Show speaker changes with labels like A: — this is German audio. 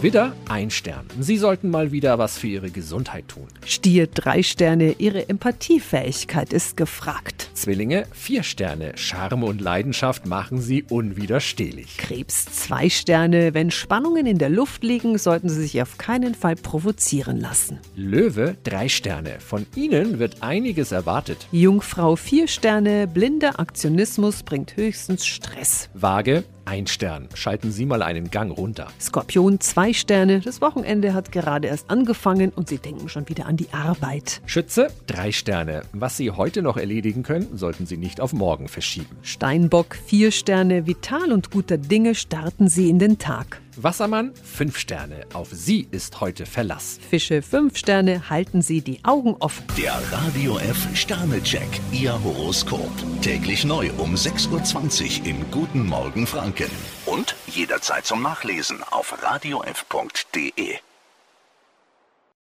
A: Widder, ein Stern. Sie sollten mal wieder was für Ihre Gesundheit tun.
B: Stier drei Sterne, Ihre Empathiefähigkeit ist gefragt.
A: Zwillinge, vier Sterne. Charme und Leidenschaft machen Sie unwiderstehlich.
B: Krebs zwei Sterne, wenn Spannungen in der Luft liegen, sollten Sie sich auf keinen Fall provozieren lassen.
A: Löwe, drei Sterne. Von Ihnen wird einiges erwartet.
B: Jungfrau vier Sterne, blinder Aktionismus bringt höchstens Stress.
A: Waage, ein Stern. Schalten Sie mal einen Gang runter.
B: Skorpion zwei Sterne, das Wochenende hat gerade erst angefangen und Sie denken schon wieder an die Arbeit.
A: Schütze, drei Sterne. Was Sie heute noch erledigen können, sollten Sie nicht auf morgen verschieben.
B: Steinbock vier Sterne, vital und guter Dinge starten Sie in den Tag.
A: Wassermann, fünf Sterne. Auf Sie ist heute Verlass.
B: Fische fünf Sterne, halten Sie die Augen offen.
C: Der Radio F Sternecheck, Ihr Horoskop. Täglich neu um 6.20 Uhr im Guten Morgen Franken. Und jederzeit zum Nachlesen auf radiof.de.